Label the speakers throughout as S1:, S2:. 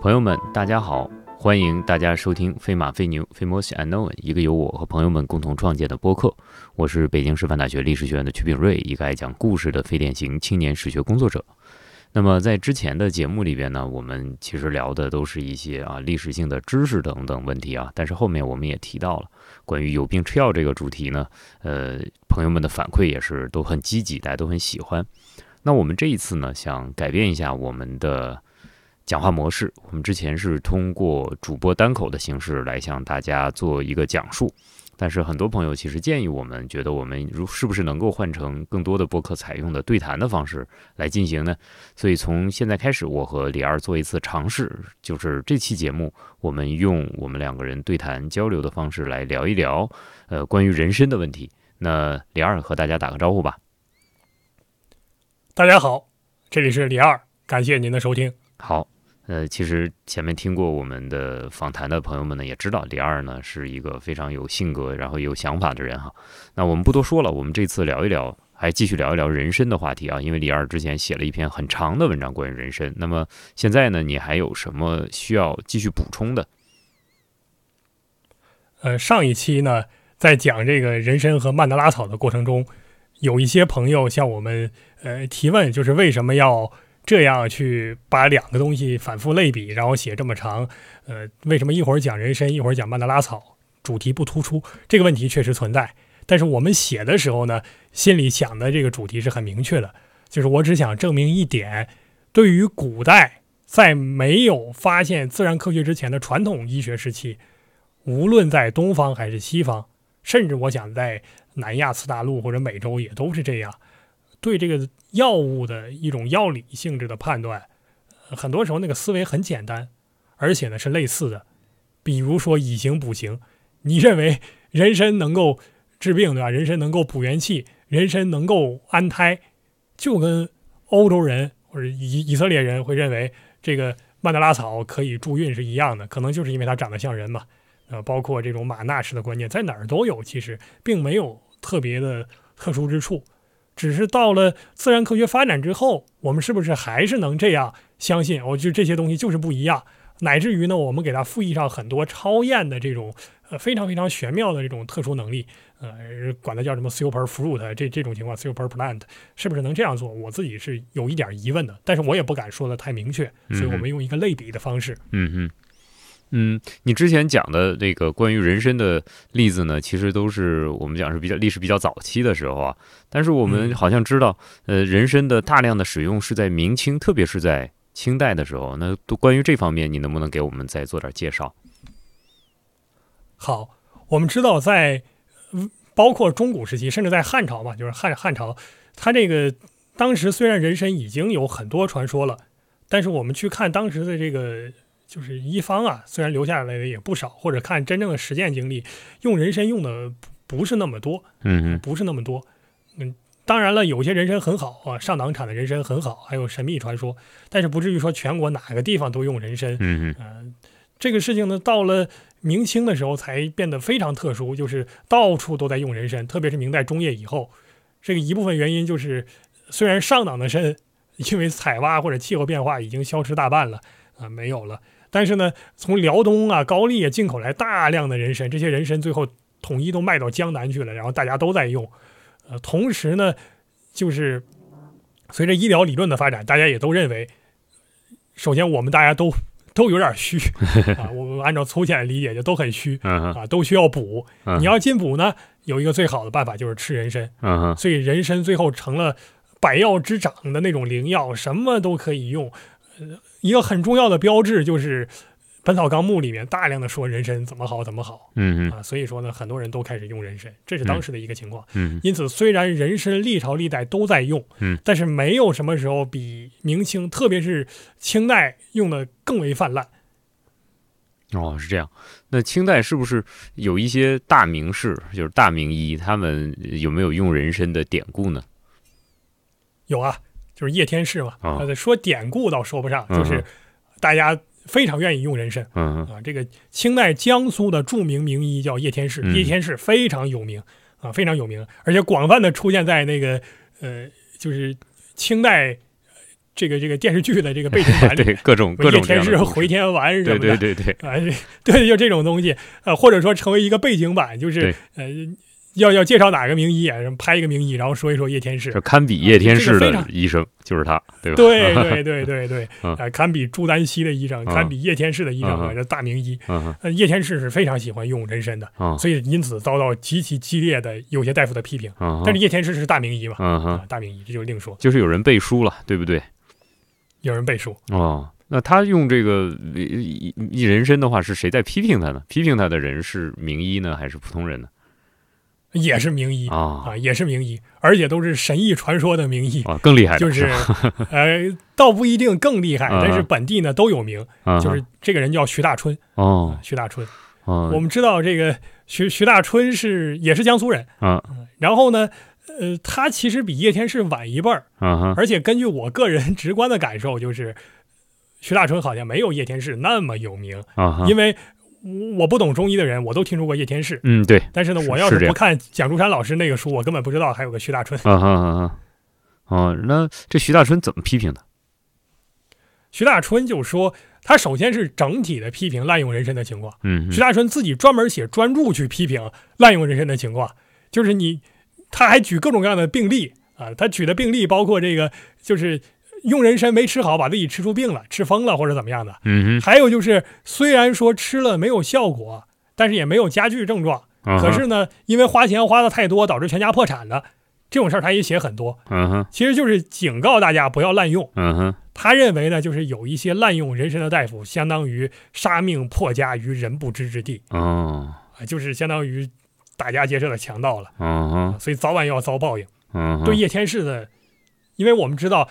S1: 朋友们，大家好！欢迎大家收听《飞马飞牛飞摩西 and no one》，一个由我和朋友们共同创建的播客。我是北京师范大学历史学院的曲炳瑞，一个爱讲故事的非典型青年史学工作者。那么在之前的节目里边呢，我们其实聊的都是一些啊历史性的知识等等问题啊，但是后面我们也提到了关于有病吃药这个主题呢，呃，朋友们的反馈也是都很积极，大家都很喜欢。那我们这一次呢，想改变一下我们的。讲话模式，我们之前是通过主播单口的形式来向大家做一个讲述，但是很多朋友其实建议我们，觉得我们如是不是能够换成更多的播客采用的对谈的方式来进行呢？所以从现在开始，我和李二做一次尝试，就是这期节目我们用我们两个人对谈交流的方式来聊一聊，呃，关于人生的问题。那李二和大家打个招呼吧。
S2: 大家好，这里是李二，感谢您的收听。
S1: 好，呃，其实前面听过我们的访谈的朋友们呢，也知道李二呢是一个非常有性格，然后也有想法的人哈。那我们不多说了，我们这次聊一聊，还继续聊一聊人参的话题啊，因为李二之前写了一篇很长的文章关于人参。那么现在呢，你还有什么需要继续补充的？
S2: 呃，上一期呢，在讲这个人参和曼德拉草的过程中，有一些朋友向我们呃提问，就是为什么要这样去把两个东西反复类比，然后写这么长？呃，为什么一会儿讲人参，一会儿讲曼德拉草，主题不突出？这个问题确实存在，但是我们写的时候呢，心里想的这个主题是很明确的，就是我只想证明一点：对于古代在没有发现自然科学之前的传统医学时期。无论在东方还是西方，甚至我想在南亚次大陆或者美洲也都是这样，对这个药物的一种药理性质的判断，呃很多时候那个思维很简单，而且呢是类似的。比如说以形补形，你认为人参能够治病对吧？人参能够补元气，人参能够安胎，就跟欧洲人或者以以色列人会认为这个曼德拉草可以助孕是一样的，可能就是因为它长得像人嘛。呃，包括这种马纳式的观念，在哪儿都有，其实并没有特别的特殊之处，只是到了自然科学发展之后，我们是不是还是能这样相信？我觉得这些东西就是不一样，乃至于呢，我们给它赋予上很多超验的这种呃非常非常玄妙的这种特殊能力，呃，管它叫什么 super fruit 这这种情况 super plant 是不是能这样做？我自己是有一点疑问的，但是我也不敢说的太明确，所以我们用一个类比的方式。
S1: 嗯哼，嗯，你之前讲的这个关于人参的例子呢，其实都是我们讲是比较历史比较早期的时候啊。但是我们
S2: 嗯
S1: 好像知道，呃，人参的大量的使用是在明清，特别是在清代的时候。那都关于这方面，你能不能给我们再做点介绍？
S2: 好，我们知道在，嗯包括中古时期，甚至在汉朝嘛，就是汉汉朝，它这个当时啊虽然人参已经有很多传说了，但是我们去看当时的这个就是医方啊，虽然留下来的也不少，或者看真正的实践经历，用人参用的不不是那么多。
S1: 嗯哼，
S2: 不是那么多。嗯，当然了，有些人参很好啊，上党产的人参很好，还有神秘传说，但是不至于说全国哪个地方都用人参。
S1: 嗯哼，
S2: 呃，这个事情呢，到了明清的时候才变得非常特殊，就是到处都在用人参，特别是明代中叶以后，这个一部分原因就是，虽然上党的参因为采挖或者气候变化已经消失大半了啊、没有了，但是呢，从辽东啊、高丽啊进口来大量的人参，这些人参最后统一都卖到江南去了，然后大家都在用，呃，同时呢，就是随着医疗理论的发展，大家也都认为。首先，我们大家都都有 点虚啊。我们按照粗浅的理解，就都很虚
S1: 嗯哼，
S2: 啊，都需要补。
S1: 嗯
S2: 你要进补呢，有一个最好的办法就是吃人参，
S1: 嗯哼，
S2: 所以人参最后成了百药之长的那种灵药，什么都可以用。呃，一个很重要的标志就是《本草纲目》里面大量的说人参怎么好怎么好
S1: 嗯哼，
S2: 啊，所以说呢，很多人都开始用人参，这是当时的一个情况。
S1: 嗯
S2: 因此，虽然人参历朝历代都在用，
S1: 嗯，
S2: 但是没有什么时候比明清，特别是清代用的更为泛滥。
S1: 哼，哦，是这样。那清代是不是有一些大名士，就是大名医，他们有没有用人参的典故呢？
S2: 有啊，就是叶天士嘛，
S1: 啊
S2: 他的说典故倒说不上，
S1: 嗯哼
S2: 就是大家非常愿意用人参
S1: 嗯
S2: 啊。这个清代江苏的著名名医叫叶天士，
S1: 嗯
S2: 叶天士非常有名啊，非常有名，而且广泛的出现在那个呃，就是清代呃这个这个电视剧的这个背景板 里
S1: 对，各种各
S2: 叶
S1: 种这
S2: 天
S1: 样的
S2: 士
S1: 故事
S2: 回天丸什么
S1: 对
S2: 的，
S1: 对对对，
S2: 啊，这对，就这种东西，呃，或者说成为一个背景板，就是
S1: 对
S2: 呃，要要介绍哪个名医啊，什么拍一个名医，然后说一说叶天士
S1: 就，堪比叶天士
S2: 啊这个非
S1: 的
S2: 常
S1: 医生就是他，对吧？
S2: 对对对对对，
S1: 嗯
S2: 啊、堪比朱丹溪的医生，堪比叶天士的医生啊，
S1: 嗯
S2: 这大名医。
S1: 嗯哼
S2: 呃，叶天士是非常喜欢用人参的，
S1: 嗯
S2: 所以因此遭到极其激烈的有些大夫的批评。
S1: 嗯哼，
S2: 但是叶天士是大名医嘛，
S1: 嗯
S2: 啊
S1: 哼，，
S2: 大名医这就另说，
S1: 就是有人背书了，对不对？
S2: 有人背书。
S1: 哦，那他用这个呃一一人参的话，是谁在批评他呢？批评他的人是名医呢，还是普通人呢？
S2: 也是名医
S1: 啊
S2: 啊，也是名医，而且都是神医传说的名医，
S1: 啊，更厉害的
S2: 就是 呃，倒不一定更厉害，
S1: 嗯
S2: 但是本地呢都有名。
S1: 吧
S2: 就
S1: 嗯
S2: 是这个人叫徐大春，
S1: 哼哦
S2: 徐大春。我
S1: 哦
S2: 们知道这个徐徐大春是也是江苏人，
S1: 啊
S2: 然后呢，呃，他其实比叶天士晚一辈儿，
S1: 啊哈
S2: 而且根据我个人直观的感受，就是徐大春好像没有叶天士那么有名，
S1: 啊哈，
S2: 因为。我不懂中医的人，我都听说过叶天士，
S1: 嗯对，
S2: 但是呢，
S1: 是
S2: 我要
S1: 是这
S2: 是
S1: 样
S2: 不看蒋竹山老师那个书，我根本不知道还有个徐大春。
S1: 啊哈啊哈。哦，那这徐大春怎么批评的？
S2: 徐大春就说，他首先是整体的批评滥用人参的情况。
S1: 嗯
S2: 徐大春自己专门写专著去批评滥用人参的情况，就是你，他还举各种各样的病例啊，他举的病例包括这个就是用人参没吃好，把自己吃出病了，吃疯了或者怎么样的，
S1: 嗯哼
S2: 还有就是虽然说吃了没有效果，但是也没有加剧症状，
S1: 啊哈，
S2: 可是呢，因为花钱花的太多，导致全家破产了，这种事儿他也写很多，
S1: 嗯哼
S2: 其实就是警告大家不要滥用。
S1: 嗯哼
S2: 他认为呢，就是有一些滥用人参的大夫，相当于杀命破家于人不知之地。
S1: 哦
S2: 啊，就是相当于打家劫舍的强盗了，
S1: 嗯哼
S2: 啊所以早晚要遭报应。
S1: 嗯哼
S2: 对叶天士呢，因为我们知道，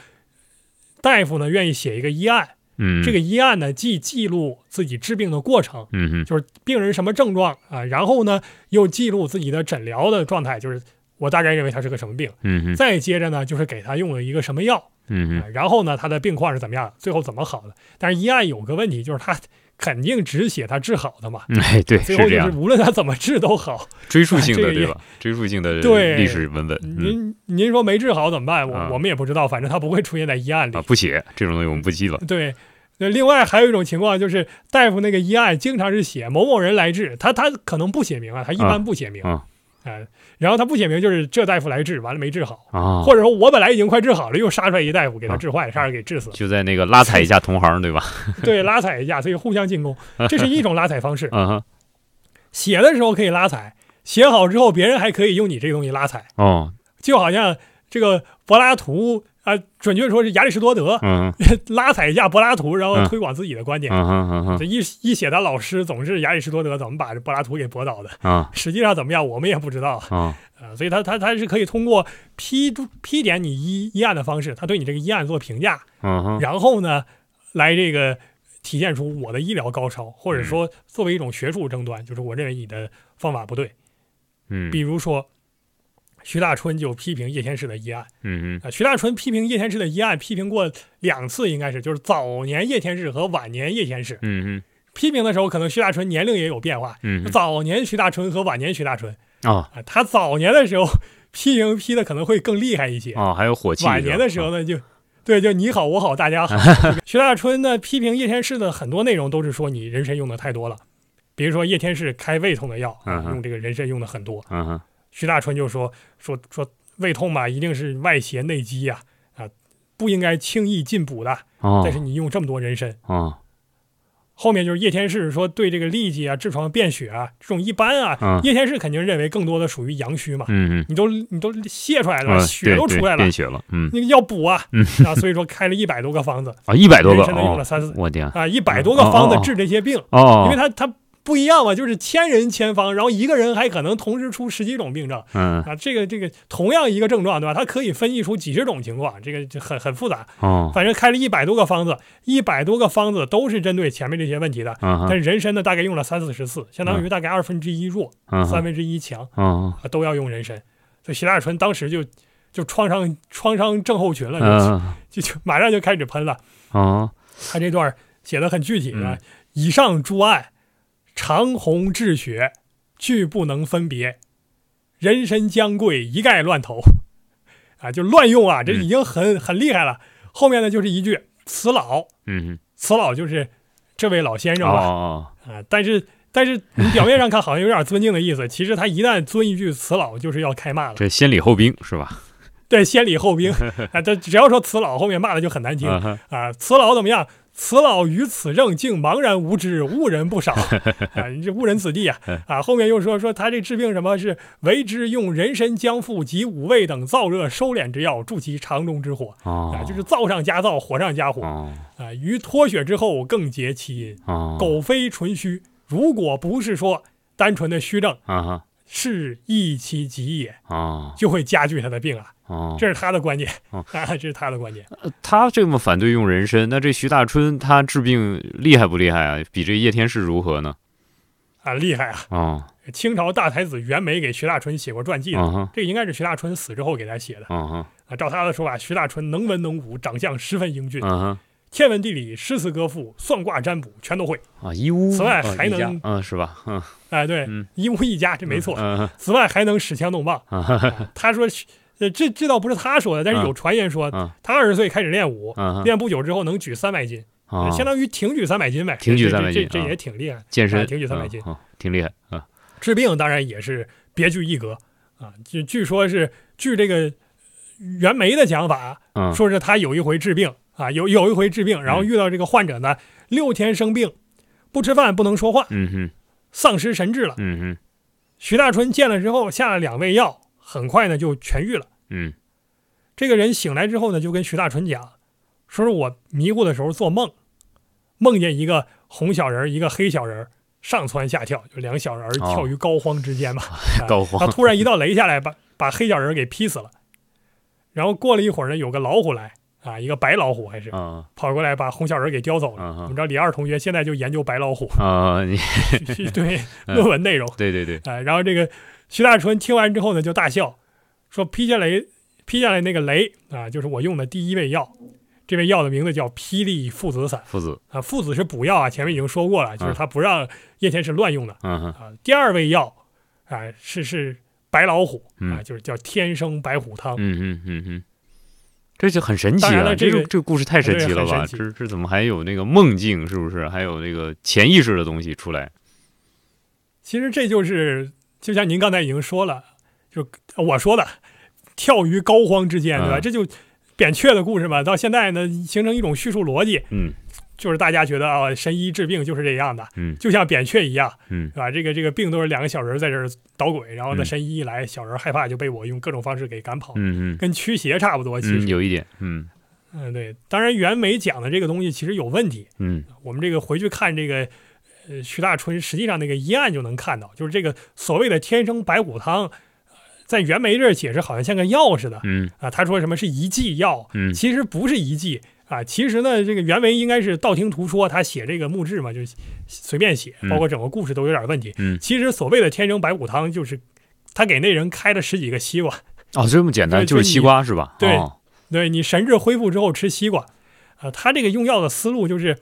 S2: 大夫呢愿意写一个医案，
S1: 嗯
S2: 这个医案呢既记录自己治病的过程，
S1: 嗯哼
S2: 就是病人什么症状啊，然后呢又记录自己的诊疗的状态，就是我大概认为他是个什么病，
S1: 嗯哼
S2: 再接着呢就是给他用了一个什么药，
S1: 嗯哼
S2: 啊，然后呢他的病况是怎么样，最后怎么好的。但是医案有个问题，就是他肯定只写他治好的嘛，
S1: 嗯，哎对，是
S2: 最后
S1: 这
S2: 就
S1: 样
S2: 是，无论他怎么治都好。
S1: 追溯性
S2: 这
S1: 的
S2: 个
S1: 对
S2: 也
S1: 吧？追溯性的
S2: 对
S1: 历史文本，嗯
S2: 您您说没治好怎么办？我、
S1: 啊
S2: 我们也不知道，反正它不会出现在医案里。
S1: 啊，不写这种东西我们不记了。
S2: 对，那另外还有一种情况就是，大夫那个医案经常是写某某人来治，他他可能不写明啊，他一般不写明
S1: 啊
S2: 哎然后他不写明就是这大夫来治，完了没治好，
S1: 啊，
S2: 或者说我本来已经快治好了，又杀出来一大夫给他治坏了，差点给治死了，
S1: 就在那个拉踩一下同行，对吧？
S2: 对，拉踩一下，所以互相进 攻，这是一种拉踩方式。
S1: 啊哈，
S2: 写的时候可以拉踩，写好之后别人还可以用你这个东西拉踩，
S1: 哦，
S2: 就好像这个柏拉图啊、准确说是亚里士多德，
S1: 嗯
S2: 拉踩一下柏拉图，然后
S1: 嗯
S2: 推广自己的观点。
S1: 嗯哼嗯哼
S2: 这一一写到老师总是亚里士多德怎么把这柏拉图给驳倒的，
S1: 啊
S2: 实际上怎么样我们也不知道啊、
S1: 啊
S2: 呃所以他他他是可以通过批批点你医医案的方式，他对你这个医案做评价，
S1: 嗯哼
S2: 然后呢来这个体现出我的医疗高超，或
S1: 嗯
S2: 者说作为一种学术争端，就是我认为你的方法不对。
S1: 嗯
S2: 比如说，徐大春就批评叶天士的医案。
S1: 嗯
S2: 啊，徐大春批评叶天士的医案，批评过两次，应该是就是早年叶天士和晚年叶天士。
S1: 嗯嗯
S2: 批评的时候，可能徐大春年龄也有变化，
S1: 嗯
S2: 早年徐大春和晚年徐大春
S1: 哦
S2: 啊，他早年的时候批评批的可能会更厉害一些，
S1: 哦，还有火气。
S2: 晚年的时候呢就。对，就你好，我好，大家好。这个徐大春呢，批评叶天士的很多内容都是说你人参用的太多了，比如说叶天士开胃痛的药，啊
S1: 嗯哼
S2: 用这个人参用的很多，
S1: 嗯哼
S2: 徐大春就说说说胃痛嘛，一定是外邪内积呀、啊，不应该轻易进补的。但
S1: 哦
S2: 是你用这么多人参，
S1: 哦
S2: 后面就是叶天士说对这个痢疾啊、痔疮、便血啊这种一般啊，
S1: 嗯
S2: 叶天士肯定认为更多的属于阳虚嘛，
S1: 嗯
S2: 你都你都泄出来
S1: 嗯
S2: 了，
S1: 啊，
S2: 血都出来了
S1: 变，血了。嗯
S2: 那个要补啊，
S1: 嗯
S2: 啊，所以说开了一百多个方子，
S1: 啊，一 百多
S2: 人
S1: 个
S2: 参的用了
S1: 哦，
S2: 三四
S1: 我天
S2: 啊，一百多个方
S1: 哦哦
S2: 子
S1: 哦
S2: 治这些病，因为
S1: 哦，
S2: 他他不一样嘛，就是千人千方，然后一个人还可能同时出十几种病症。
S1: 嗯
S2: 啊，这个这个同样一个症状，对吧？它可以分析出几十种情况，这个就很很复杂。
S1: 哦
S2: 反正开了一百多个方子，一百多个方子都是针对前面这些问题的。
S1: 嗯哼
S2: 但是人参呢，大概用了三四十次，相当于大概二分之一弱，
S1: 嗯
S2: 三
S1: 哼
S2: 分之一强
S1: 哦
S2: 啊，都要用人参。所以徐大春当时就就创伤创伤症候群了，就
S1: 嗯
S2: 就就马上就开始喷了。
S1: 哦，
S2: 他这段写的很具体的
S1: 嗯，
S2: 以上诸爱，长虹治学，俱不能分别，人参姜桂一概乱投， 啊，就乱用啊，这
S1: 嗯
S2: 已经很很厉害了。后面呢就是一句此老，
S1: 嗯，
S2: 此老就是这位老先
S1: 哦
S2: 生吧，
S1: 哦，
S2: 啊，但是但是你表面上看好像有点尊敬的意思，其实他一旦尊一句此老，就是要开骂了，
S1: 哦这先礼后兵是吧？
S2: 对，先礼后兵 啊，这只要说此老，后面骂的就很难听。
S1: 嗯哼
S2: 啊，此老怎么样？此老于此症竟茫然无知，误人 不少啊！你这误人子弟呀、
S1: 嗯
S2: 啊！后面又说说他这治病什么是为之用人参、姜附及五味等燥热收敛之药，助其肠中之火
S1: 哦，
S2: 啊，就是燥上加燥，火上加火
S1: 哦
S2: 啊！于脱血之后更结其阴。
S1: 哦，
S2: 苟非纯虚，如果不是说单纯的虚症，
S1: 啊哈
S2: 是益其疾也，
S1: 哦
S2: 就会加剧他的病啊！
S1: 哦，
S2: 这是他的观点
S1: 哦
S2: 啊，这是他的观点。
S1: 他这么反对用人参，那这徐大春他治病厉害不厉害啊？比这叶天士如何呢？
S2: 啊，厉害啊！
S1: 哦，
S2: 清朝大才子袁枚给徐大春写过传记的，
S1: 嗯哼，
S2: 这个应该是徐大春死之后给他写的
S1: 嗯哼，
S2: 啊。照他的说法，徐大春能文能武，长相十分英俊，
S1: 嗯哼，
S2: 天文地理、诗词歌赋、算卦占卜全都会。
S1: 啊，一屋，
S2: 此外
S1: 哦
S2: 还
S1: 一家
S2: 能
S1: 嗯，是吧？嗯，
S2: 哎，对，
S1: 嗯
S2: 一屋一家，这没错。
S1: 嗯
S2: 此外还能使枪弄 棒。
S1: 嗯嗯
S2: 啊他说，呃，这这倒不是他说的，但是
S1: 嗯
S2: 有传言说
S1: 嗯
S2: 他二十岁开始练武，
S1: 嗯
S2: 练不久之后能举三百斤，
S1: 嗯，
S2: 相当于挺举三百斤呗。
S1: 挺举
S2: 这这
S1: 300斤
S2: 这这
S1: 啊
S2: 也挺厉害。
S1: 健身
S2: 啊挺举三百斤
S1: 嗯哦挺厉害啊。
S2: 治病当然也是别具一格啊。据据说是据这个袁枚的讲法，
S1: 嗯，
S2: 说是他有一回治病啊，有有一回治病，然后遇到这个患者呢，六天生病，不吃饭，不能说话，
S1: 嗯哼，
S2: 丧失神智了。
S1: 嗯哼，
S2: 徐大春见了之后，下了两味药，很快呢就痊愈了。
S1: 嗯
S2: 这个人醒来之后呢，就跟徐大春讲，说是我迷糊的时候做梦，梦见一个红小人儿，一个黑小人儿上蹿下跳，就两小人儿跳于高荒之间嘛。啊
S1: 高
S2: 他
S1: 荒，
S2: 突然一道雷下来，把把黑小人儿给劈死了。然后过了一会儿呢，有个老虎来啊，一个白老虎还是
S1: 啊
S2: 跑过来把红小人儿给叼走了。
S1: 啊
S2: 我
S1: 哈，
S2: 们知道李二同学现在就研究白老虎
S1: 啊，你
S2: 是对
S1: 嗯
S2: 论文内容
S1: 对对对，
S2: 啊。然后这个徐大春听完之后呢，就大笑，说劈下雷，劈下来那个雷啊，就是我用的第一味药。这味药的名字叫霹雳父子散
S1: 父子，
S2: 啊，父子是补药啊，前面已经说过了，就是
S1: 嗯
S2: 他不让叶天士乱用的
S1: 嗯哼，
S2: 啊。第二味药啊，是是白老虎啊，
S1: 嗯
S2: 就是叫天生白虎汤。
S1: 嗯哼嗯哼，这就很神奇
S2: 当然
S1: 啊！
S2: 了
S1: 这
S2: 这
S1: 个
S2: 个
S1: 这个故事太神
S2: 对
S1: 奇了
S2: 很神
S1: 吧？
S2: 奇
S1: 这这怎么还有那个梦境？是不是还有那个潜意识的东西出来？
S2: 其实这就是，就像您刚才已经说了，就我说的，跳于高荒之间，对吧？
S1: 嗯
S2: 这就扁鹊的故事嘛，到现在呢，形成一种叙述逻辑，
S1: 嗯
S2: 就是大家觉得啊，神医治病就是这样的，
S1: 嗯
S2: 就像扁鹊一样，
S1: 嗯
S2: 对吧？这个这个病都是两个小人在这儿捣鬼，然后呢，
S1: 嗯
S2: 神医一来，小人害怕就被我用各种方式给赶跑，
S1: 嗯嗯
S2: 跟驱邪差不多。其
S1: 嗯，
S2: 实，
S1: 有一点，嗯
S2: 嗯对。当然，袁枚讲的这个东西其实有问题，
S1: 嗯
S2: 我们这个回去看这个，呃，徐大春实际上那个医案就能看到，就是这个所谓的天生白虎汤，呃在袁枚这儿解释好像像个药似的
S1: 嗯
S2: 啊，他说什么是一剂药，
S1: 嗯
S2: 其实不是一剂啊，其实呢，这个袁枚应该是道听途说，他写这个墓志嘛，就是随便写，
S1: 嗯
S2: 包括整个故事都有点问题。
S1: 嗯
S2: 其实所谓的天生白虎汤就是。他给那人开了十几个西瓜，
S1: 哦，这么简单，
S2: 对
S1: 就是
S2: 就
S1: 西
S2: 你
S1: 瓜是吧？
S2: 对
S1: 哦
S2: 对你神志恢复之后吃西瓜，啊，他这个用药的思路就是，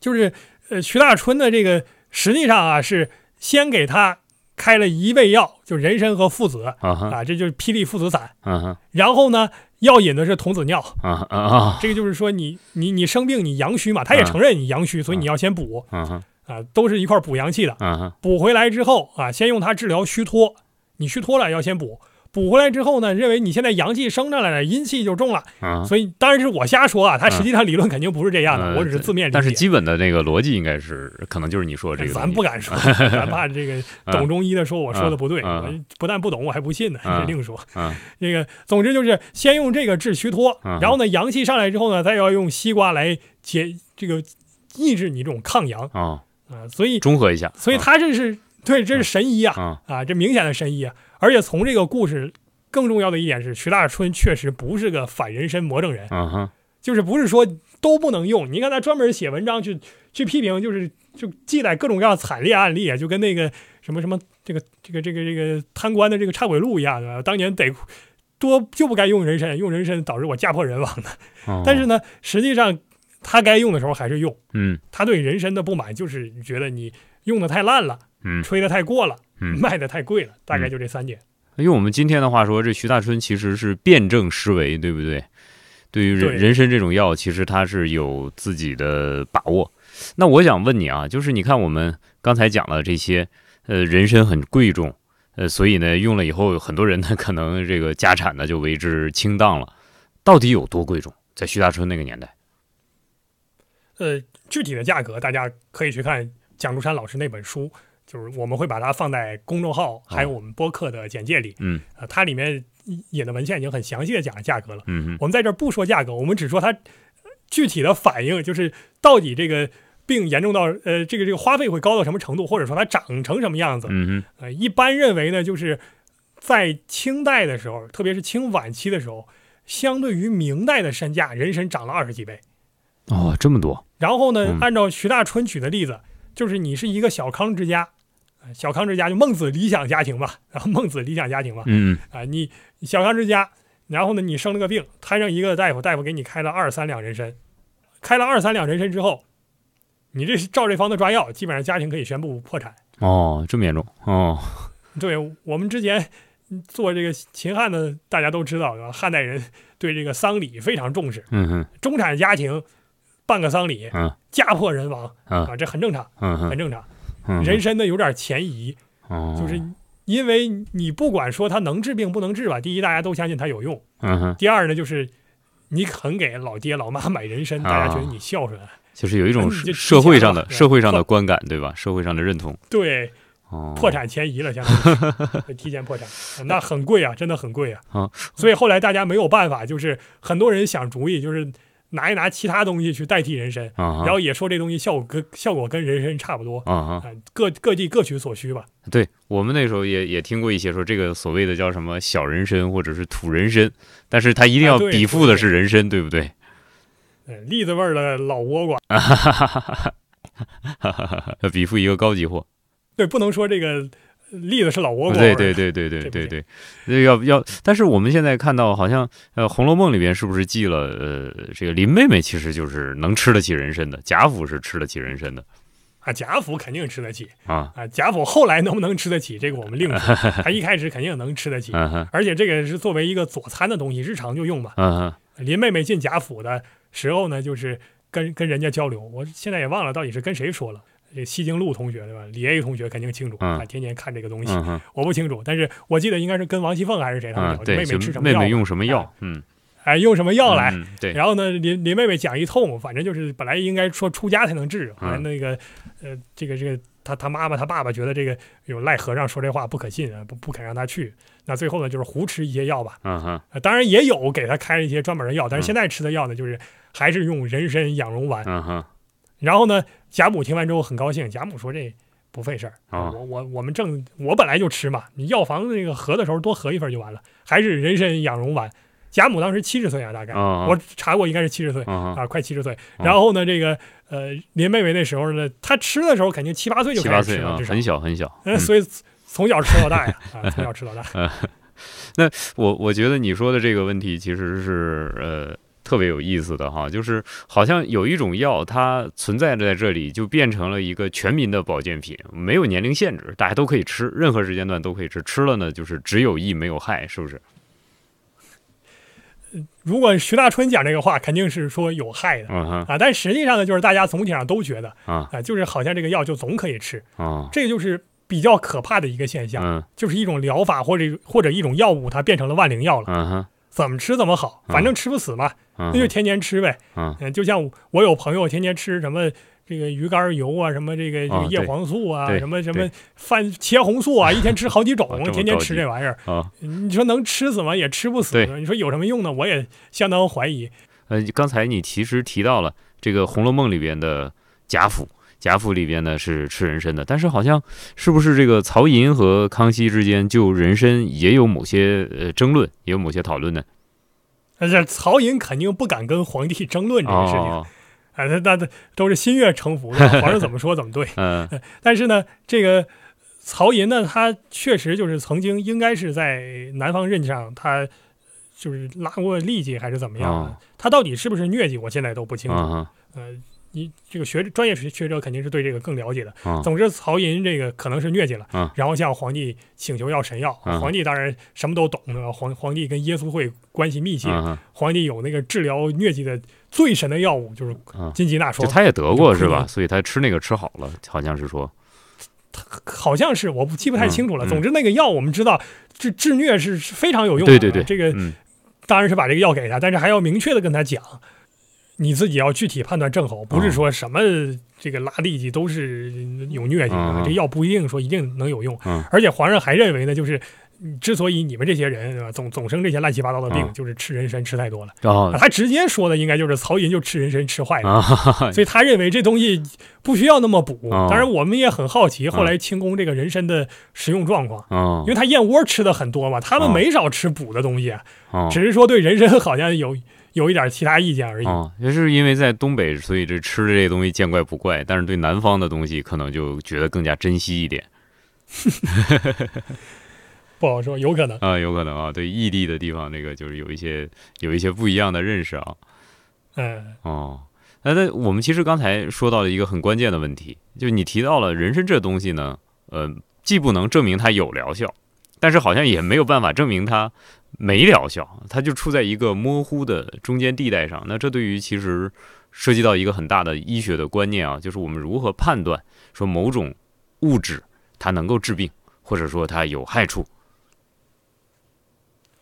S2: 就是呃，徐大春的这个实际上啊是先给他开了一味药，就人参和附子
S1: 啊哈
S2: 啊，这就是霹雳父子散，
S1: 啊哈
S2: 然后呢。药引的是童子尿，
S1: 啊哈啊
S2: 这个就是说你你你生病你阳虚嘛，他也
S1: 嗯
S2: 承认你阳虚，所以你要先补
S1: 啊哈
S2: 啊，都是一块补阳气的。
S1: 啊哈
S2: 补回来之后啊，先用它治疗虚脱，你虚脱了要先补，补回来之后呢，认为你现在阳气升上来了，阴气就重了，
S1: 啊哈！
S2: 所以当然是我瞎说啊，他实际上理论肯定不是这样的，
S1: 呃
S2: 我只是字面理解。
S1: 但是基本的那个逻辑应该是，可能就是你说的这个东西。
S2: 咱不 敢说，咱怕这个懂中医的说我说的不对，
S1: 嗯
S2: 我不但不懂，我还不信呢，
S1: 嗯
S2: 这另说。
S1: 嗯
S2: 这个总之就是先用这个治虚脱，
S1: 嗯
S2: 然后呢阳气上来之后呢，再要用西瓜来解这个抑制你这种抗阳
S1: 哦，
S2: 啊，所以
S1: 中和一下。
S2: 所以他这是对，这是神医啊
S1: 啊
S2: 啊，这明显的神医啊，而且从这个故事。更重要的一点是，徐大春确实不是个反人身魔怔人，
S1: 啊哈
S2: 就是不是说都不能用。你看他专门写文章去去批评，就是就记载各种各样的惨烈案例啊，就跟那个什么什么这个这个这个这个贪官的这个忏悔录一样的，当年逮多就不该用人参，用人参导致我家破人亡的。
S1: 哦
S2: 但是呢，实际上他该用的时候还是用，
S1: 嗯
S2: 他对人参的不满就是觉得你用的太烂了，
S1: 嗯
S2: 吹的太过了，
S1: 嗯，
S2: 卖的太贵了，大概就这三点。
S1: 用我们今天的话说，这徐大春其实是辩证思维，对不对？对于人
S2: 对
S1: 人参这种药，其实他是有自己的把握。那我想问你啊，就是你看我们刚才讲了这些，呃，人参很贵重，呃，所以呢，用了以后，很多人呢 可能这个家产呢就为之倾荡了。到底有多贵重？在徐大春那个年代，
S2: 呃，具体的价格大家可以去看蒋竹山老师那本书，就是我们会把它放在公众号还有我们播客的简介里。
S1: 哦嗯
S2: 呃，它里面引的文献已经很详细的讲了价格了。
S1: 嗯
S2: 我们在这儿不说价格，我们只说它呃具体的反应，就是到底这个病严重到呃这个这个花费会高到什么程度，或者说它长成什么样子。
S1: 嗯嗯
S2: 呃，一般认为呢，就是在清代的时候，特别是清晚期的时候，相对于明代的身价，人参涨了二十几倍。
S1: 哼，哦，这么多，
S2: 然后呢
S1: 嗯，
S2: 按照徐大春举的例子，就是你是一个小康之家，呃小康之家就孟子理想家庭吧， 然后孟子理想家庭嘛，
S1: 嗯
S2: 啊、你小康之家，然后呢，你生了个病，摊上一个大夫，大夫给你开了二三两人参，开了二三两人参之后，你这照这方子抓药，基本上家庭可以宣布破产。
S1: 嗯哦，这么严重，哦，
S2: 对我们之前做这个秦汉的，大家都知道，对吧？汉代人对这个丧礼非常重视，
S1: 嗯哼，
S2: 中产家庭办个丧礼，
S1: 嗯
S2: 家破人亡
S1: 嗯
S2: 啊，这很正常，
S1: 嗯
S2: 很
S1: 哼
S2: 正常。
S1: 嗯哼，
S2: 人参呢有点前移，
S1: 哦
S2: 就是因为你不管说它能治病不能治吧，第一大家都相信它有用，
S1: 嗯哼。
S2: 第二呢就是你肯给老爹老妈买人参，
S1: 啊
S2: 大家觉得你孝顺。
S1: 就是有一种
S2: 那你
S1: 社
S2: 就
S1: 社会上的
S2: 提前了
S1: 社会上的观感，对吧？社会上的认同。
S2: 对，
S1: 哦，
S2: 破产前移了，相当于是 提前破产，那很贵啊，真的很贵啊。
S1: 啊
S2: 所以后来大家没有办法，就是很多人想主意，就是拿一拿其他东西去代替人参，
S1: 啊哈，
S2: 然后也说这东西效果跟效果跟人参差不多，
S1: 啊哈，
S2: 啊，各各地各取所需吧。
S1: 对我们那时候也也听过一些说这个所谓的叫什么小人参或者是土人参，但是它一定要
S2: 啊对
S1: 比附的是人参，对不对？
S2: 呃栗子味儿的老倭瓜，
S1: 哈哈哈哈哈哈！要比附一个高级货，
S2: 对，不能说这个栗子是老倭瓜味
S1: 啊对
S2: 儿，
S1: 对对对对
S2: 这
S1: 对
S2: 不行
S1: 对，那要要，但是我们现在看到好像呃，《红楼梦》里边是不是记了呃，这个林妹妹其实就是能吃得起人参的，贾府是吃得起人参的
S2: 啊，贾府肯定吃得起
S1: 啊，
S2: 啊，贾府后来能不能吃得起，这个我们另 说，他一开始肯定能吃得起。
S1: 嗯哼，
S2: 而且这个是作为一个佐餐的东西，日常就用嘛。
S1: 嗯哼。
S2: 林妹妹进贾府的时候呢，就是跟跟人家交流，我现在也忘了到底是跟谁说了。这个西京路同学对吧？李 A 同学肯定清楚，
S1: 嗯
S2: 啊，天天看这个东西，
S1: 嗯哼，
S2: 我不清楚，但是我记得应该是跟王熙凤还是谁他们
S1: 啊，
S2: 聊，
S1: 对，
S2: 妹
S1: 就
S2: 吃什么
S1: 妹
S2: 药，
S1: 妹用什么药
S2: 哎？
S1: 嗯，
S2: 哎，用什么药来。
S1: 嗯对，
S2: 然后呢，林林妹妹讲一通，反正就是本来应该说出家才能治，后
S1: 嗯
S2: 来那个，呃，这个这个他他妈妈他爸爸觉得这个有赖和尚说这话不可信啊，不不肯让他去。那最后呢，就是胡吃一些药吧，
S1: 嗯哼，
S2: 呃，当然也有给他开了一些专门的药，但是现在吃的药呢，就是还是用人参养荣丸。
S1: 嗯哼，
S2: 然后呢，贾母听完之后很高兴，贾母说这不费事儿，
S1: 哦
S2: 我我我们正我本来就吃嘛，你药房那个合的时候多合一份就完了，还是人参养荣丸。贾母当时七十岁啊，大概、
S1: 哦
S2: 我查过应该是七十岁、
S1: 嗯哼，
S2: 啊，快七十岁。
S1: 哦
S2: 然后呢，这个呃林妹妹那时候呢，她吃的时候肯定七八岁就
S1: 七
S2: 开
S1: 八
S2: 始
S1: 岁
S2: 吃
S1: 啊
S2: 了，，至少
S1: 很，小很 小。
S2: 嗯，
S1: 嗯
S2: 所以从小吃到 大呀，啊，从小吃到大。
S1: 我我觉得你说的这个问题其实是呃特别有意思的哈，就是好像有一种药它存在在这里，就变成了一个全民的保健品，没有年龄限制，大家都可以吃，任何时间段都可以吃，吃了呢就是只有益没有害，是不是？
S2: 如果徐大春讲这个话，肯定是说有害的
S1: 嗯哼，
S2: 啊。但实际上呢，就是大家总体上都觉得
S1: 啊
S2: 啊，就是好像这个药就总可以吃，
S1: 啊，
S2: 这个就是比较可怕的一个现象，
S1: 嗯
S2: 就是一种疗法或者或者一种药物，它变成了万灵药了，
S1: 嗯哼，
S2: 怎么吃怎么好，
S1: 嗯
S2: 反正吃不死嘛，
S1: 嗯
S2: 那就天天吃呗。
S1: 嗯
S2: 嗯，就像我有朋友天天吃什么。这个鱼肝油啊，什么这个这
S1: 啊
S2: 个叶
S1: 对
S2: 黄素啊，
S1: 对
S2: 什么什
S1: 对
S2: 么番茄红素啊，一天吃好几种
S1: 啊这，么
S2: 天天
S1: 着
S2: 吃
S1: 急
S2: 这玩意儿，
S1: 啊，
S2: 你说能吃死吗？也吃不死。
S1: 对
S2: 你说有什么用呢？我也相当怀疑。
S1: 呃，刚才你其实提到了这个《红楼梦》里边的贾府，贾府里边呢是吃人参的，但是好像是不是这个曹寅和康熙之间就人参也有某些呃争论，也有某些讨论呢？
S2: 但是曹寅肯定不敢跟皇帝争论这个事情，
S1: 哦，
S2: 啊，那那那都是心悦诚服的，皇上怎么说怎么对。
S1: 嗯
S2: 但是呢，这个曹寅呢，他确实就是曾经应该是在南方任上，他就是拉过痢疾还是怎么样的
S1: 哦，
S2: 他到底是不是疟疾，我现在都不清楚。
S1: 啊
S2: 呃，你这个学专业学者肯定是对这个更了解的。
S1: 啊
S2: 总之，曹寅这个可能是疟疾了，
S1: 嗯
S2: 然后向皇帝请求要神药。
S1: 嗯
S2: 皇帝当然什么都懂，对吧皇皇帝跟耶稣会关系密切，
S1: 啊
S2: 皇帝有那个治疗疟疾的最神的药物就是
S1: 啊！
S2: 金吉纳
S1: 就
S2: 霜，
S1: 他也得过是
S2: 就可
S1: 吧？
S2: 能
S1: 所以他吃那个吃好了，好像是说
S2: 好像是我不记不太清楚了。
S1: 嗯嗯
S2: 总之，那个药我们知道治治疟是是非常有用
S1: 对
S2: 的。
S1: 对对，
S2: 这个
S1: 嗯
S2: 当然是把这个药给他，但是还要明确的跟他讲，你自己要具体判断症候，不是
S1: 嗯
S2: 说什么这个拉痢疾都是有疟疾
S1: 嗯
S2: 的，
S1: 嗯
S2: 这药不一定说一定能有用。
S1: 嗯
S2: 而且皇上还认为呢，就是嗯之所以你们这些人对吧，总总生这些乱七八糟的病，
S1: 嗯
S2: 就是吃人参吃太多了。
S1: 哦
S2: 他直接说的应该就是曹寅就吃人参吃坏了。
S1: 啊哈哈
S2: 所以他认为这东西不需要那么补。
S1: 哦
S2: 当然，我们也很好
S1: 嗯
S2: 奇后来清宫这个人参的食用状况，
S1: 哦
S2: 因为他燕窝吃的很多嘛，他们
S1: 哦
S2: 没少吃补的东西啊，
S1: 哦
S2: 只是说对人参好像有有一点其他意见而已。
S1: 哦，就是因为在东北，所以这吃的这东西见怪不怪，但是对南方的东西可能就觉得更加珍惜一点
S2: 不好说，有可能。
S1: 啊、有可能啊，对异地的地方这个就是有一些有一些不一样的认识啊。
S2: 嗯，
S1: 哦，那那我们其实刚才说到了一个很关键的问题，就是你提到了人参这东西呢，呃，既不能证明它有疗效，但是好像也没有办法证明它没疗效，它就处在一个模糊的中间地带上。那这对于其实涉及到一个很大的医学的观念啊，就是我们如何判断说某种物质它能够治病，或者说它有害处。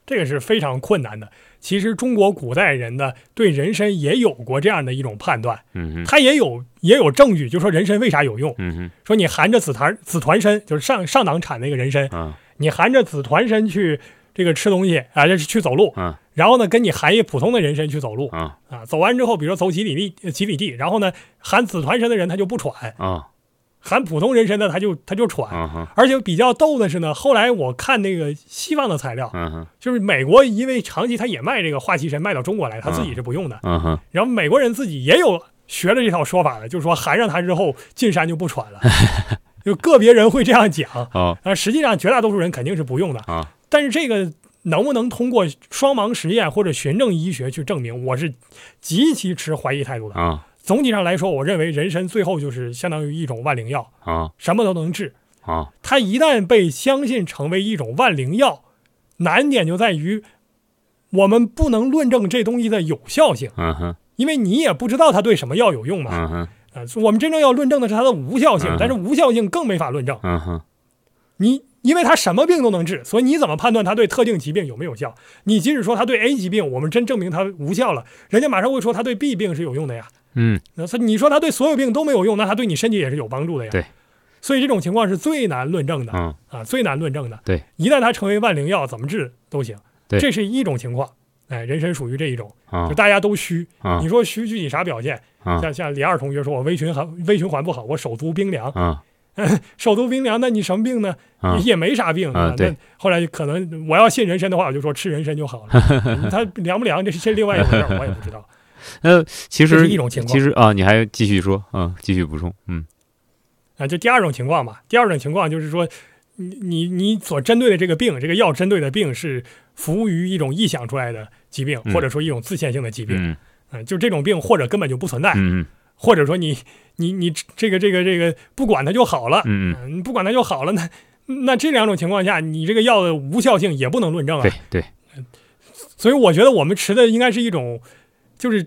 S2: 这个是非常困难的。其实中国古代人呢，对人参也有过这样的一种判断，
S1: 嗯哼，
S2: 他也有也有证据，就说人参为啥有用？
S1: 嗯
S2: 说你含着紫檀紫团参，就是上上党产那个人参，
S1: 哼，啊
S2: 你含着紫团参去这个吃东西啊，就是去走路，
S1: 嗯
S2: 然后呢，跟你含一普通的人参去走路
S1: 啊
S2: 啊，走完之后，比如说走几里地，呃几里地，然后呢，含紫团参的人他就不喘，
S1: 啊
S2: 含普通人参的他就他就喘。
S1: 啊哈，
S2: 而且比较逗的是呢，后来我看那个西方的材料，
S1: 嗯哼，
S2: 就是美国因为长期他也卖这个花旗参卖到中国来，他自己
S1: 嗯
S2: 是不用的，
S1: 嗯哼，
S2: 然后美国人自己也有学了这套说法的，就是说含上它之后进山就 不喘了，就个别人会这样讲。
S1: 好，
S2: 啊，实际上绝大多数人肯定是不用的
S1: 啊。
S2: 但是这个能不能通过双盲实验或者循证医学去证明，我是极其持怀疑态度的。
S1: 啊
S2: 总体上来说，我认为人参最后就是相当于一种万灵药，
S1: 啊
S2: 什么都能治。
S1: 啊。
S2: 它一旦被相信成为一种万灵药，难点就在于我们不能论证这东西的有效性，
S1: 嗯哼，
S2: 因为你也不知道它对什么药有用嘛。
S1: 嗯哼，
S2: 啊，我们真正要论证的是它的无效性
S1: 嗯，
S2: 但是无效性更没法论证。
S1: 嗯哼，
S2: 你因为它什么病都能治，所以你怎么判断它对特定疾病有没有效？你即使说它对 A 疾病，我们真证明它无效了，人家马上会说它对 B 病是有用的呀。
S1: 嗯，
S2: 那所以你说它对所有病都没有用，那它对你身体也是有帮助的呀。
S1: 对，
S2: 所以这种情况是最难论证的
S1: 嗯，
S2: 啊，最难论证的。
S1: 对，
S2: 一旦它成为万灵药，怎么治都行。
S1: 对
S2: 这是一种情况。哎，人参属于这一种，
S1: 啊
S2: 就大家都虚。
S1: 啊
S2: 你说虚具体啥表现？
S1: 啊
S2: 像像李二同学说，我微循环微循环不好，我手足冰凉，
S1: 啊
S2: 手足冰凉，那你什么病呢？
S1: 啊
S2: 也没啥病
S1: 啊对
S2: 那后来可能我要信人参的话，我就说吃人参就好 了。嗯它凉不凉，这是这另外一回事儿，我也不知道。
S1: 那其
S2: 这
S1: 实
S2: 是一种情况
S1: 其实啊，你还继续说啊，继续补充，嗯
S2: 啊，就第二种情况嘛，第二种情况就是说，你你你所针对的这个病，这个药针对的病是服务于一种臆想出来的疾病，
S1: 嗯
S2: 或者说一种自限性的疾病。
S1: 嗯
S2: 嗯，就这种病或者根本就不存在，
S1: 嗯
S2: 或者说你你你这个这个这个不管它就好了，
S1: 嗯嗯，
S2: 嗯，不管它就好了。那那这两种情况下，你这个药的无效性也不能论证啊
S1: 对。对，
S2: 所以我觉得我们持的应该是一种，就是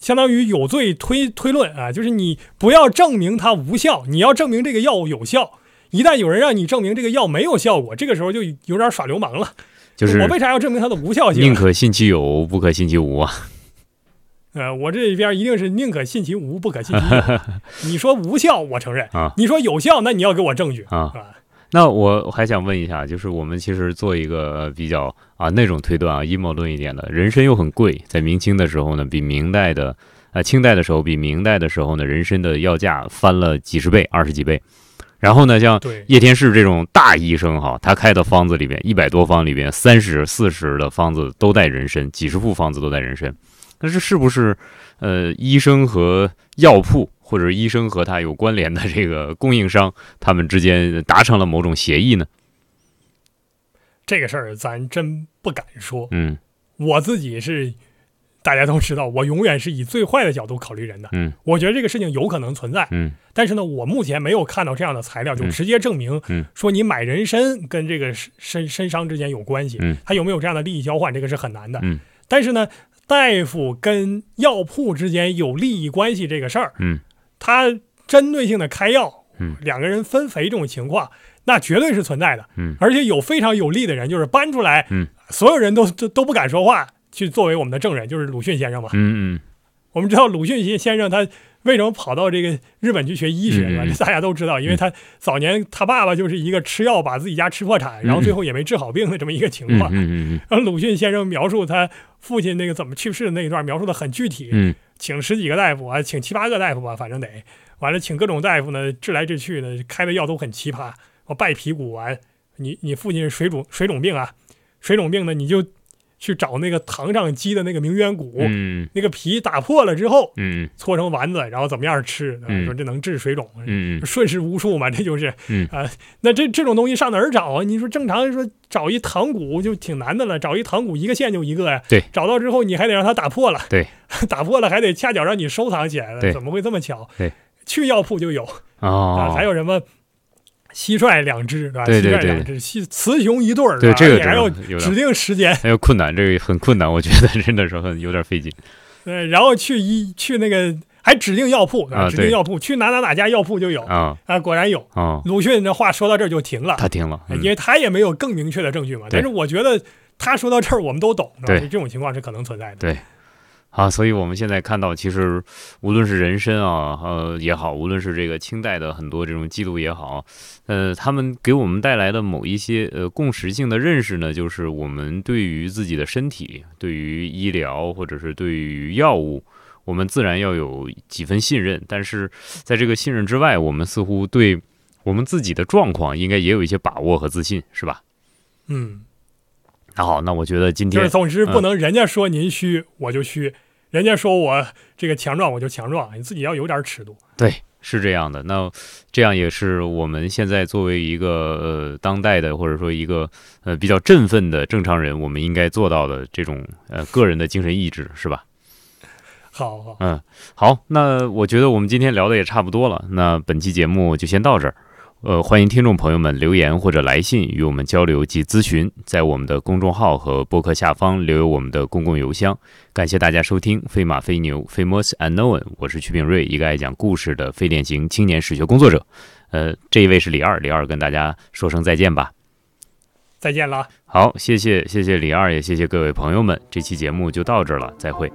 S2: 相当于有罪推推论啊，就是你不要证明它无效，你要证明这个药物有效。一旦有人让你证明这个药没有效果，这个时候就有点耍流氓了。
S1: 就是
S2: 我为啥要证明它的无效性
S1: 宁
S2: 啊？
S1: 可信其有，不可信其无啊，
S2: 呃，我这边一定是宁可信其无，不可信其 有。你说无效，我承认
S1: 啊
S2: 你说有效，那你要给我证据
S1: 啊。
S2: 啊。
S1: 那我还想问一下，就是我们其实做一个呃比较啊那种推断啊阴谋论一点的，人参又很贵，在明清的时候呢，比明代的呃清代的时候比明代的时候呢，人参的药价翻了几十倍、二十几倍。然后呢，像
S2: 对，
S1: 叶天士这种大医生哈，他开的方子里边一百多方里边，三十四十的方子都带人参，几十副方子都带人参。那这是不是呃，医生和药铺或者医生和他有关联的这个供应商，他们之间达成了某种协议呢？
S2: 这个事儿咱真不敢说。
S1: 嗯
S2: 我自己是大家都知道，我永远是以最坏的角度考虑人的。
S1: 嗯
S2: 我觉得这个事情有可能存在，
S1: 嗯
S2: 但是呢，我目前没有看到这样的材料，就
S1: 嗯
S2: 直接证明
S1: 嗯
S2: 说你买人参跟这个身身身伤之间有关系。
S1: 嗯
S2: 它有没有这样的利益交换，这个是很难的。
S1: 嗯
S2: 但是呢，大夫跟药铺之间有利益关系这个事儿，
S1: 嗯，
S2: 他针对性的开药，
S1: 嗯
S2: 两个人分肥这种情况，那绝对是存在的。
S1: 嗯
S2: 而且有非常有力的人，就是搬出来，
S1: 嗯
S2: 所有人都都都不敢说话，去作为我们的证人，就是鲁迅先生嘛。
S1: 嗯
S2: 我们知道鲁迅先先生他为什么跑到这个日本去学医学，是吧
S1: 嗯嗯嗯？
S2: 大家都知道，因为他早年他爸爸就是一个吃药把自己家吃破产，然后最后也没治好病的这么一个情
S1: 嗯
S2: 况。
S1: 嗯
S2: 然后鲁迅先生描述他父亲那个怎么去世的那一段，描述的很具体，
S1: 嗯
S2: 请十几个大夫啊，请七八个大夫吧，反正得完了，请各种大夫呢，治来治去呢，开的药都很奇葩，我败皮骨啊，你你父亲是水肿水肿病啊，水肿病呢你就去找那个糖上鸡的那个鸣冤骨，
S1: 嗯
S2: 那个皮打破了之后
S1: 嗯
S2: 搓成丸子，然后怎么样吃，对吧
S1: 嗯
S2: 说这能治水肿。
S1: 嗯
S2: 顺势巫术嘛，这就是，
S1: 嗯
S2: 啊、那这这种东西上哪儿找啊？你说正常说找一糖骨就挺难的了，找一糖骨一个线就一个呀。
S1: 对，
S2: 找到之后你还得让它打破了，
S1: 对，
S2: 打破了还得恰巧让你收藏起来了，
S1: 对
S2: 怎么会这么巧？
S1: 对，
S2: 去药铺就有啊，还
S1: 哦，
S2: 有什么蟋蟀两只，对吧？
S1: 对对
S2: 蟋蟀两只，蟋雌雄一对儿，
S1: 对
S2: 是吧
S1: 这个
S2: 你还要
S1: 有
S2: 指
S1: 点
S2: 定时间，
S1: 还有困难，这个很困难，我觉得真的是很有点费劲。
S2: 对，呃然后去一去那个还指定药铺，对吧
S1: 啊
S2: 指定
S1: 对
S2: 药铺，去哪哪哪家药铺就有
S1: 啊
S2: 啊，果然有。
S1: 哦，
S2: 鲁迅的话说到这儿就停了。
S1: 他听了，嗯
S2: 因为他也没有更明确的证据嘛。
S1: 对
S2: 但是我觉得他说到这儿，我们都懂，是吧
S1: 对
S2: 就这种情况是可能存在的。
S1: 对啊，所以我们现在看到，其实无论是人参啊，呃也好，无论是这个清代的很多这种记录也好，呃，他们给我们带来的某一些呃共识性的认识呢，就是我们对于自己的身体、对于医疗或者是对于药物，我们自然要有几分信任，但是在这个信任之外，我们似乎对我们自己的状况应该也有一些把握和自信，是吧？
S2: 嗯，
S1: 那好，那我觉得今
S2: 就
S1: 天
S2: 是总之
S1: 嗯
S2: 不能人家说您虚我就虚，人家说我这个强壮我就强壮，你自己要有点尺度。
S1: 对，是这样的。那这样也是我们现在作为一个呃当代的，或者说一个呃比较振奋的正常人，我们应该做到的这种呃个人的精神意志，是吧？
S2: 好好，
S1: 嗯，好，那我觉得我们今天聊的也差不多了，那本期节目就先到这儿。呃，欢迎听众朋友们留言或者来信与我们交流及咨询，在我们的公众号和博客下方留有我们的公共邮箱。感谢大家收听《飞马飞牛 Famous Unknown》，我是曲炳瑞，一个爱讲故事的非典型青年史学工作者。呃，这一位是李二，李二跟大家说声再见吧。
S2: 再见了啊。
S1: 好，谢谢谢谢李二，也谢谢各位朋友们，这期节目就到这儿了，再会。